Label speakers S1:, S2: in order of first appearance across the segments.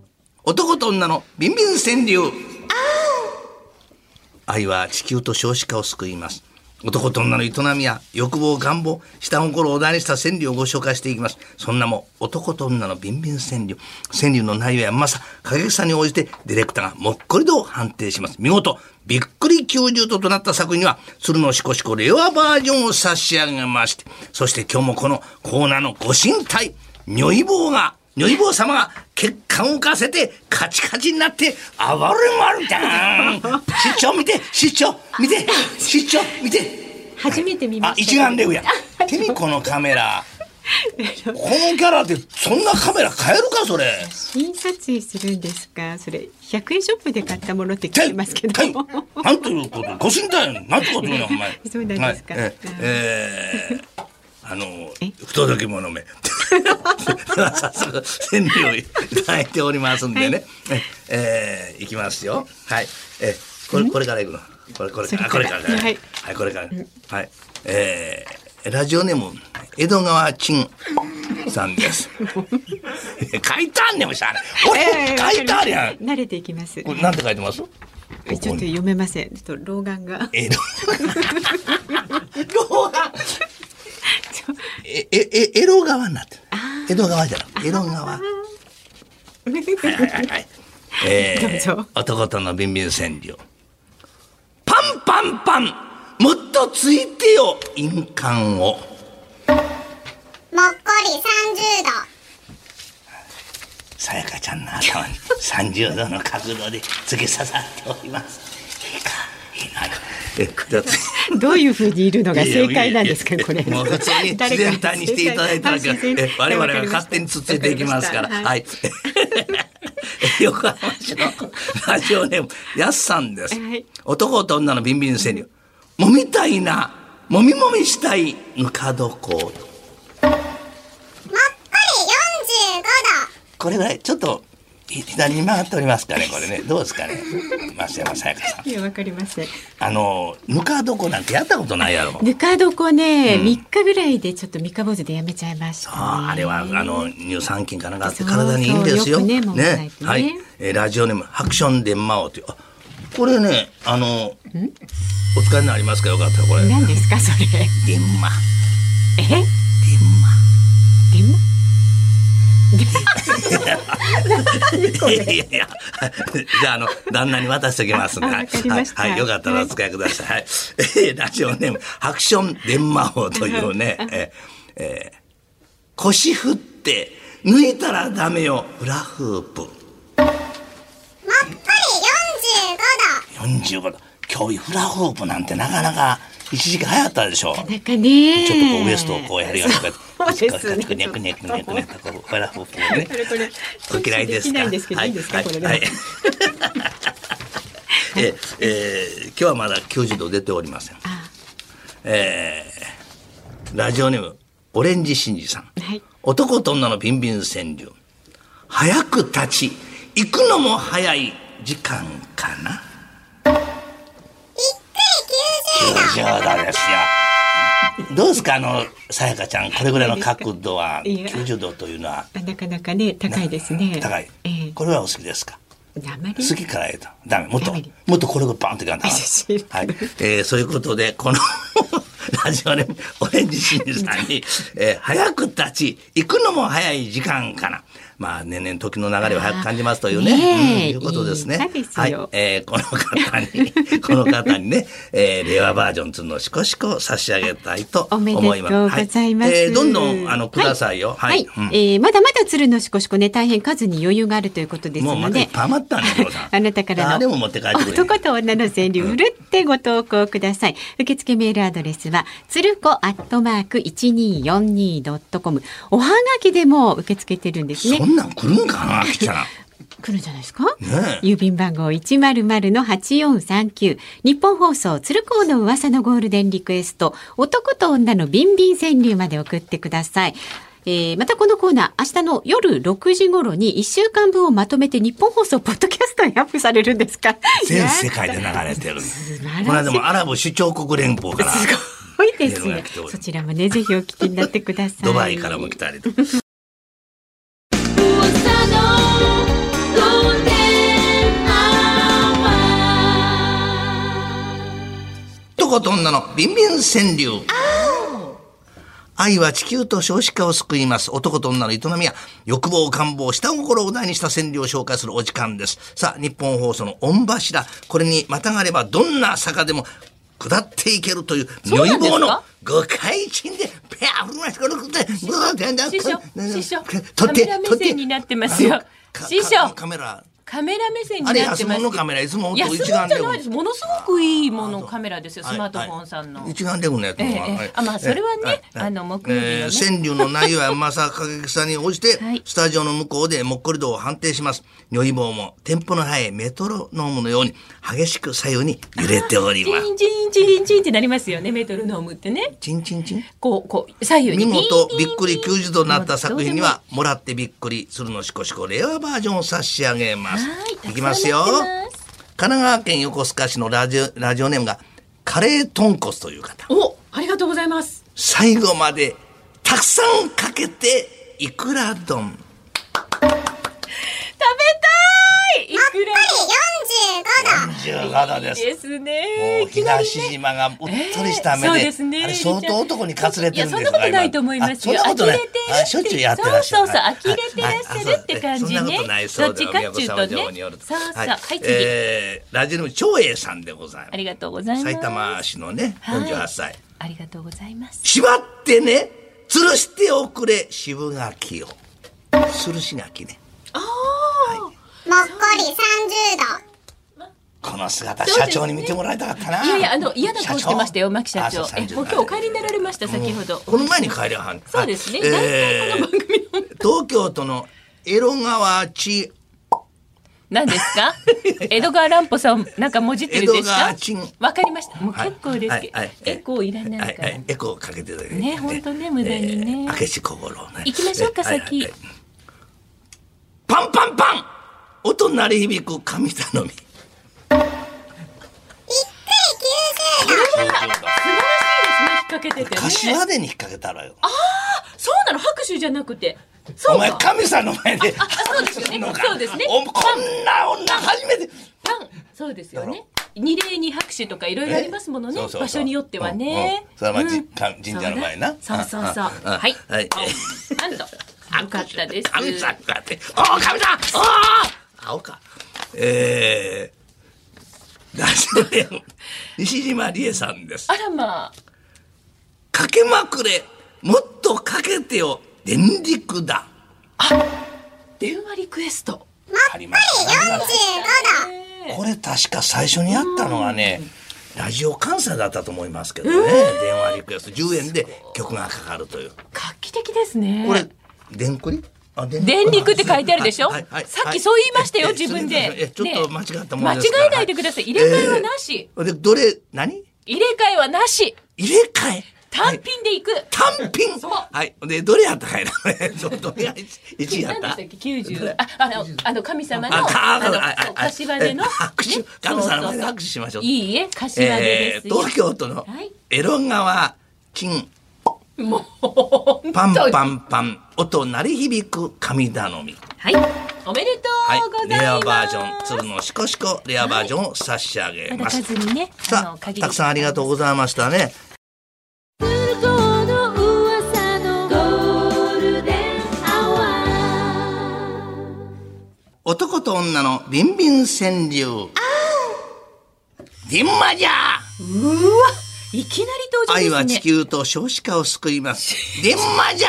S1: った女のビンビン川柳愛は地球と少子化を救います男と女の営みや欲望願望下心を大にした川柳をご紹介していきますそんなもん男と女のビンビン川柳川柳の内容やうまさ過さに応じてディレクターがもっこり度を判定します見事びっくり90度となった作品には鶴のしこしこレアバージョンを差し上げましてそして今日もこのコーナーのご神体如意棒が如意棒様が血管を浮かせてカチカチになって暴れまるじゃん市長見て市長見て市長見て
S2: 初めて見
S1: あ
S2: ました
S1: 一
S2: よ
S1: 眼レフやテミコのカメラこのキャラでそんなカメラ買えるかそれ
S2: 新撮影するんですかそれ100円ショップで買ったものって
S1: て
S2: 聞きますけど
S1: てなんということご神体なんてこと言う のお前
S2: そうなんですか
S1: はいえーえーあの
S2: え
S1: 不届き者め早速川柳をいただいておりますんでね、えーいきますよはいえーこれこれからいくのこれこれ
S2: それ
S1: あ
S2: から
S1: これからだね
S2: はい
S1: はい、これから。はい。えー、ラジオネーム、江戸川陳さん です。書いてあんねん、おしゃれ。
S2: ええ
S1: 俺、書いてあるやん。
S2: 慣れていきます
S1: これ、なんて書いてますこ
S2: ちょっと
S1: こに。
S2: 読めませんちょっと老眼が
S1: 江戸。老眼。え、え、え、江戸川になってる。江戸川じゃなくて江戸川。はいはい はい。えー
S2: どうぞ
S1: 男とのビンビン川柳。パンパンパンもっとついてよ印鑑を。
S3: もっこり30度
S1: さやかちゃんの頭に30度の角度で突き刺さっております。いいか、いいな。え、だって
S2: どういう風にいるのが正解なんですかこれ
S1: もう普通に 自然体にしていただいただけ、え我々が勝手につついていきますから。はい。 横浜市のラジオネーム、やすさんです。
S2: はい
S1: 男と女のビンビン川柳。もみたいな、もみもみしたい、ぬか床。
S3: もっこり45度
S1: これぐらい、ちょっと、ひ左に曲がっておりますかね、これね。どうですかね。増山さやかさん。
S2: いやわかりません
S1: あの、ぬか床なんてやったことないやろ。
S2: ぬか床ね、三日ぐらいでちょっと三日坊主でやめちゃいました、ね。
S1: ああれはあの乳酸菌かなんかあって
S2: そう
S1: 体にいいんですよ。
S2: そうよくね問題ってね
S1: はい、えーラジオネームハクションデンマオという。あこれねあのお使いになりますかよかったらこれ。デンマ
S2: 何ですかそれ。
S1: デンマ。
S2: え？でも
S1: いやいやいや、じゃあ、あの、旦那に渡しておきますんで。
S2: あ
S1: は
S2: わ
S1: い
S2: かりました
S1: はい、はいよかったらお使いください。はい、えーラジオネーム、ハクションデンマ王という ね、えーえー腰振って、抜いたらダメよ、フラフープ。
S3: もっこり45度
S1: 45度。今日、フラフープなんてなかなか、一時期流行ったでしょう。
S2: なんかね。
S1: ちょっとこうウエストをこうやりがとか
S2: そうですね。
S1: くねくねくねくねくねこうフラフープをね
S2: こ。れこれ。
S1: お嫌いですか。
S2: できないんですけど、いいですか、これでも。
S1: はい。はいえ、えー、今日はまだ90度出ておりません。
S2: あ
S1: えー、ラジオネームオレンジシンジさん。
S2: はい
S1: 男と女のビンビン川柳。早く立ち、行くのも早い時間かな。
S3: ゆっくり90度
S1: 上手ですよ。どうですかあのさやかちゃんこれぐらいの角度はい
S2: いですかいや
S1: 90度というのは
S2: なかなかね、高いですね。
S1: 高い
S2: ええ。
S1: これはお好きですか。
S2: あまり。
S1: 好きから言うとダメもっと
S2: ダメに
S1: もっとこれがバンっていかん と
S2: あ知ら
S1: は
S2: ない
S1: い、えー、そういうことでこの ラジオネームオレンジシンジさん に、えー早く立ち行くのも早い時間かなまあ年々時の流れを早く感じますというね
S2: あーねえ
S1: うん、いうことですね
S2: いい歌です
S1: はい
S2: よ、
S1: えーこの方に この方にね、えー、令和バージョン2のしこしこを差し上げたいと
S2: お
S1: 思
S2: め
S1: い
S2: で
S1: ま
S2: と
S1: す
S2: うございます。
S1: はいえーどんどんあのくださいよ
S2: はい、
S1: うん
S2: えーまだまだ鶴のしこしこね、大変数に余裕があるということです
S1: もうま
S2: の
S1: たい
S2: で
S1: っ。ぱい余ったね、黒さん。
S2: あなたからの
S1: 誰も持って帰ってくれない。
S2: 男と女の川柳ふるってご投稿ください。受付メールアドレスは、つるこアットマーク 1242.com。おはがきでも受け付けてるんです
S1: そ
S2: ね。
S1: んなん来るんか な、あきちゃん。
S2: 来るんじゃないですか、
S1: ねえ
S2: 郵便番号100-8439。日本放送、鶴光の噂のゴールデンリクエスト、男と女のビンビン川柳まで送ってください。えーまたこのコーナー、明日の夜6時頃に1週間分をまとめて日本放送ポッドキャストにアップされるんですか
S1: 全世界で流れてる。
S2: 晴らしい
S1: この間もアラブ首長国連邦から、
S2: すごいです
S1: メールが
S2: ね
S1: 来てお。り
S2: そちらもね、ぜひお聞きになってください。
S1: ドバイからも来たりとか。
S4: 噂のゴールデン
S1: 男と女のビンビン川柳。愛は地球と少子化を救います。男と女の営みや欲望、願望、下心を題にした川柳を紹介するお時間です。さあ、日本放送の御柱。これにまたがればどんな坂でも下っていけるという、
S4: そうなんですか
S1: 如意棒の五回賃で、ペアフルマシコのことで、ブーってやんだ
S4: 師匠
S1: こ、
S4: 師匠、
S1: 取
S4: カメラ
S1: って、
S4: 目
S1: 取って
S4: 線になってますよ。
S1: か
S4: 師
S1: か
S4: 匠、
S1: カメラ。
S4: カメラ目線に
S1: あれ、
S4: なって
S1: 安
S4: ます
S1: 物のカメラ、いつも
S4: いや、
S1: 本
S4: ス
S1: 当
S4: マじゃ
S1: 一眼レフ
S4: ないです。ものすごくいいものカメラですよ。スマートフォンさんの。
S1: はいはい一眼レフのやつの
S4: ええええあまあそれはねあの木曜日のね
S1: えー川柳の内容やまさ過激さに応じて、
S4: はい
S1: スタジオの向こうでもっこり度を判定します如意棒もテンポの速いメトロノームのように激しく左右に揺れており
S4: チ
S1: ます
S4: ンチンチンチンってなりますよね。メトロノームってね。
S1: チンチンチン
S4: こうこう左右に
S1: 見事
S4: ピン
S1: び
S4: ピ
S1: っ
S4: ン
S1: くり
S4: ピン
S1: 90度になった作品にはもらってびっくりするのしこしこ令和バージョンを差し上げます
S4: はい
S1: いきますよ
S4: たくさん
S1: 神
S4: 待って
S1: 奈川県横須賀市のラジオラジオネームがカレー豚骨という方
S4: おありがとうございます。
S1: 最後までたくさんかけていくら丼
S4: 食べたい。いくら
S3: 45度
S1: 15度です
S4: ですね。
S1: も
S4: い
S1: う
S4: きなりね
S1: 東島がうっとりした目
S4: ええそう
S1: で,、
S4: ですね
S1: あれ相当男にかつれてるんです
S4: いやそんなことないと思いますよ
S1: あそんなことな
S4: 呆
S1: い
S4: れてる
S1: あしょっちゅうやってらっしゃ
S4: そ
S1: る
S4: うそうそう
S1: はい
S4: 呆れてらっしゃるって感じね
S1: はいはいそんなことないそう
S4: どっち
S1: だ
S4: かっ
S1: 宮
S4: ちゅ
S1: 古
S4: うとね
S1: 様情によると
S4: そうそうはい次
S1: えーラジオネーム長英さんでございます
S4: ありがとうございます。
S1: 埼玉市のね
S4: はい
S1: 48歳、
S4: ありがとうございます。
S1: 縛ってね吊るしておくれ渋柿を吊るし柿ね
S4: ああ、
S3: もっこり30度
S1: この
S4: そ
S1: 姿、
S4: うです
S1: 社
S4: ね
S1: 長に見てもらいたかったな。
S4: いやいやあの嫌な顔してましたよ、牧社長。
S1: あそう
S4: えもう今日お帰りになられました先ほど。
S1: この前に帰りはん。
S4: そうですね。
S1: はい
S4: 大体この
S1: えー
S4: 番組の
S1: 東京都の江戸川ち、
S4: 何です か江戸川乱歩さんなんかもじってるで
S1: 江戸
S4: すか
S1: 川陳
S4: わかりましたもう
S1: はい
S4: 結構ですけど、
S1: はいはい
S4: エコーいらないから、
S1: はいはいエコーかけていただいて
S4: ね本当ね無駄にね
S1: えー明智小五郎ね
S4: 行きましょうか
S1: はいはい
S4: 先
S1: はいパンパンパン音鳴り響く神頼み
S4: 素晴らしいですね引っ
S3: 90度
S4: 掛けててね
S1: 柏でに引っ掛けたらよ
S4: そうなの拍手じゃなくてそ
S1: お
S4: う
S1: 前
S4: か
S1: 神さんの前で
S4: あそうですよね
S1: のか
S4: そうですね
S1: おこんな女初めて
S4: パンそうですよね二礼に拍手とかいろいろありますものね
S1: そうそうそう
S4: 場所によってはね、
S1: うんうんそれはまあ
S4: うん
S1: じか神社の前な
S4: そうだそうそうそう
S1: うんうん
S4: はい
S1: はい
S4: あんとよかったです
S1: 神さんこうやっておお神さんおお青かえー、ラジオネーム 西島理恵さんです
S4: あらまあ
S1: かけまくれもっとかけてよ電力だ
S4: 電話リクエスト
S1: ありましたね
S3: 45 度
S1: これ確か最初にあったのがねラジオ関西だったと思いますけどね、電話リクエスト10円で曲がかかるという
S4: 画期的ですね
S1: これ、電クリ。あ電
S4: 電力って書いてあるでしょ、
S1: はいはいはい
S4: さっきそう言いましたよ、
S1: ええ
S4: 自分
S1: すみませんえ
S4: で。
S1: ちょっと間違ったもん
S4: ね
S1: ですから
S4: 間違えないでください。入れ替えはなし。
S1: で、どれ、何
S4: 入れ替えはなし。
S1: 入れ替え。
S4: 単
S1: はい
S4: 品でいく。
S1: 単品
S4: そう
S1: はい。で、どれやったかいな。 どどれが1位やっ
S4: 何でしたたっけ九十ああのあの神様の
S1: あか
S4: あの
S1: あ
S4: そう
S1: ああ
S4: 柏での
S1: え握手
S4: ね
S1: 神様の前で
S4: そうそうそう
S1: 握手しましょう
S4: いいえ柏で
S1: え
S4: で
S1: ー
S4: すよ
S1: 東京都の
S4: はい
S1: 江戸川金
S4: もう本当に
S1: パンパンパン音鳴り響く神頼み
S4: はいおめでと
S1: は
S4: うご
S1: い
S4: ざいます。
S1: レアバージョン鶴のしこしこレアバージョンを差し上げ
S4: ま
S1: ま
S4: だ
S1: す
S4: 数にねあ
S1: さ
S4: の
S1: あ
S4: 限り
S1: たくさんありがとうございましたね男と女のビンビン川柳ビンマジャー
S4: うわいきなり登場です
S1: 愛
S4: ね。
S1: は地球と少子化を救い ますビンマジャー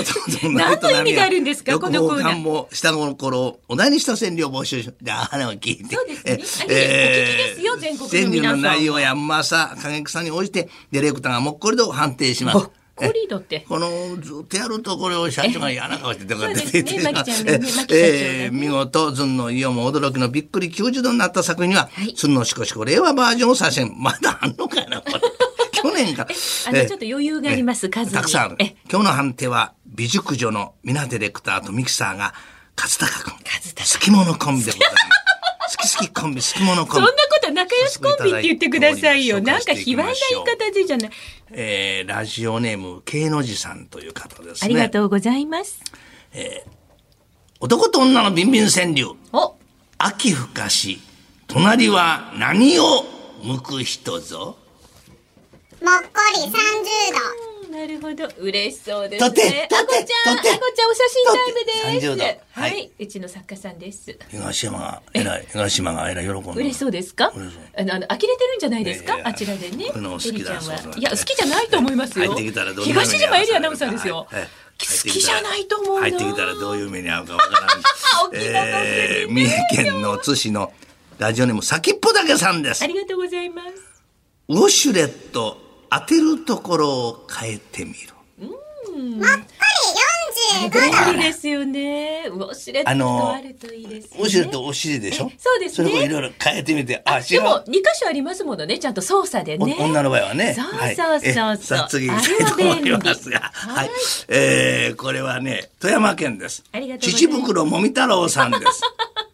S1: 男と女の営みや
S4: 何の意味があるんですかこのコーナー
S1: 欲望願望下心をお題にした川柳を募集しで花を聞いて
S4: そうですねあいいですお聞きですよ全国の皆
S1: 川柳
S4: さ
S1: の
S4: ん
S1: 内容やまさ影さんに応じてディレクターがもっこりと判定します
S4: コリドって
S1: このずっとやるとこれを社長が嫌な顔してとか出
S4: そう
S1: て
S4: です
S1: て
S4: ね
S1: しま
S4: マ
S1: う
S4: キちゃんがねマキ社長がね
S1: えー見事ずんのイオも驚きのびっくり90度になった作品には
S4: はい
S1: ずんのしこしこ令和バージョンを差し上げまだあんのかいな これ去年から
S4: あの
S1: えー
S4: ちょっと余裕があります
S1: えー
S4: 数に
S1: たくさんある
S4: え
S1: 今日の判定は美熟女のミナディレクターとミキサーが勝高君好き者コンビでございます 好き好きコンビ好き者コ
S4: そ
S1: ン
S4: ん
S1: ビ
S4: なこと仲良しコンビって言ってくださいよ。
S1: ご紹
S4: な
S1: 介
S4: ん
S1: し
S4: か
S1: て
S4: 卑
S1: いき
S4: 猥な
S1: ま
S4: 言い
S1: しょう
S4: 形じゃない。
S1: えーラジオネーム K の字さんという方ですね
S4: ありがとうございます。
S1: 男と女のビンビン川柳
S4: お、
S1: 秋深し隣は何を向く人ぞ
S3: もっこり30度
S4: なるほど嬉しそうで
S1: 撮
S4: す
S1: って
S4: ね。
S1: 撮って
S4: あこちゃん
S1: 撮って
S4: あこちゃんお写真タイム
S1: 撮って
S4: です。
S1: 30度はい
S4: はい、うちの作家さんです。
S1: 東山がえらい東山がえらい喜んで
S4: 嬉しそうですか
S1: 嬉しそう？
S4: あのあの呆れてるんじゃないですか
S1: いやい？や
S4: あちらでね。
S1: こういうの好きだ
S4: エリちゃん
S1: そう
S4: は
S1: そう
S4: いや好きじゃないと思いますよ。
S1: 入ってきたらどんな目に遭う
S4: 東島エリアナウンサーですよ。
S1: はいはい
S4: き好きじゃないと思うな。
S1: 入ってきたらどういう目に遭うかわからん
S4: 沖縄の
S1: えー三重県の津市のラジオネーム先っぽだけさんです
S4: ありがとうございます。
S1: ウォシュレット当てるところを変えてみる
S3: もっこり45度
S4: 便利ですよね。ウォシュレット
S1: あの
S4: があるといいです、ね。
S1: ウォシュレットお尻でしょ
S4: えそうですね
S1: それをいろいろ変えてみてあ
S4: で
S1: 違
S4: も
S1: う
S4: 二箇所ありますものね。ちゃんと操作で
S1: お
S4: ね。
S1: 女の場合はね。
S4: そう
S1: はい
S4: そうそうそう
S1: えさあ次行きたいと思いますが。
S4: あ
S1: は
S4: れはい便利。
S1: えー、これはね、富山県です。
S4: ありがとうござい
S1: 父
S4: ます
S1: 袋もみ太郎さん です。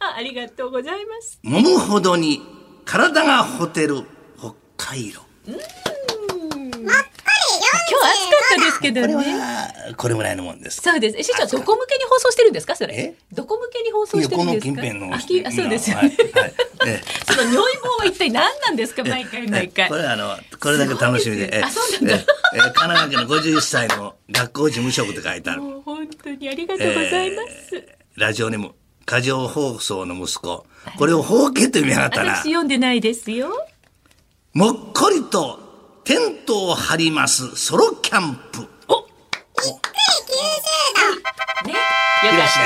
S4: あありがとうございます。
S1: 揉むほどに体がほてる北海道。
S4: 今日暑かったですけど
S1: これ
S4: ね。
S1: は、これぐらいのもんです。
S4: そうです。え市長どこ向けに放送してるんですかそれ
S1: え。
S4: どこ向けに放送
S1: い
S4: し
S1: や
S4: てる
S1: こ
S4: ん
S1: の
S4: です
S1: 近
S4: か。
S1: 辺の
S4: あきあそうですよ
S1: はい
S4: ね。
S1: はいええ
S4: その尿意棒は一体何なんですか毎 回毎
S1: え
S4: 回。
S1: これはあのこれだけ楽しみ
S4: すごいですね
S1: でええ
S4: あそうなんだ
S1: ええええ神奈川県の51歳の学校事務職って書いてある
S4: もう本当にありがとうございます。
S1: ラジオネーム過剰放送の息子これを「ほうけ」と読みやがった
S4: 私
S1: な
S4: 読んでないですよ。
S1: もっこりとテントを張りますソロキャンプ
S4: ね。
S1: ひ
S4: よ
S1: ろ
S4: かっ
S1: し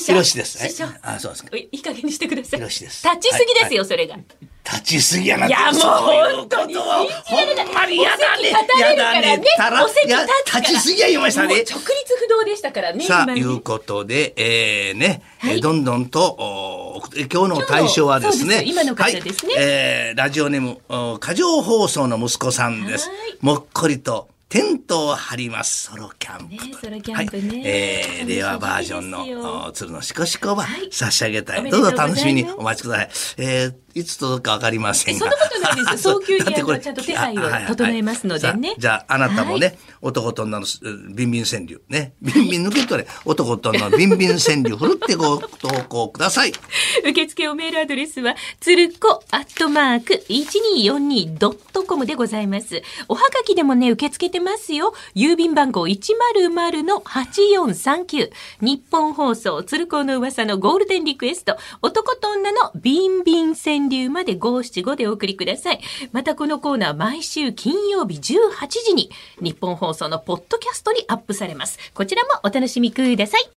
S4: た師
S1: すひ
S4: 匠。
S1: ろしです
S4: 師匠
S1: はい。あそうですか
S4: おいいい加減にしてください。
S1: ひろしです
S4: 立ちすぎですよ、
S1: は
S4: それが。い
S1: 立ちすぎやない
S4: やもう
S1: そういう
S4: 本
S1: こ
S4: 当に
S1: とは
S4: 信じられない
S1: ほんまにやだね
S4: お席立たれるからね
S1: やだたら
S4: お席立つか
S1: や
S4: ら
S1: 立ちすぎや言いました
S4: もう直
S1: ね
S4: 立不動でしたからね。
S1: さあ、
S4: 今ね
S1: いうことで、えー、ね、えー
S4: はい
S1: どんどんと、おーえ今日の対象はですね、
S4: 今日のそうです今の方ですね
S1: はいえーラジオネーム、お過剰放送の息子さんです
S4: はい。
S1: もっこりと、テントを張ります、ソロキャンプと。
S4: ねソロキャンプね
S1: えー令和バージョン
S4: 楽しみですよ
S1: の、お鶴のしこしこは
S4: はい
S1: 差し上げたい。
S4: おめで
S1: ど
S4: と
S1: う
S4: う
S1: ぞ
S4: ございます
S1: 楽しみにお待ちください。えーいつ届くかわかりません
S4: そ
S1: が。
S4: んなことないです
S1: そう
S4: 早急に
S1: だってこれ
S4: あのちゃんと手配を整えますのでね
S1: あはいはいさあじゃあ、あなたもね、男と女のすビンビン川柳ね。ビンビン抜け取れ。男と女のビンビン川柳振るってご投稿ください。
S4: 受付おメールアドレスは、つるこアットマーク 1242.com でございます。おはがきでもね、受け付けてますよ。郵便番号100-8439。日本放送、つるこの噂のゴールデンリクエスト、男と女のビンビン川柳まで575でお送りください。またこのコーナー、毎週金曜日18時に、日本放送のポッドキャストにアップされます。こちらもお楽しみください。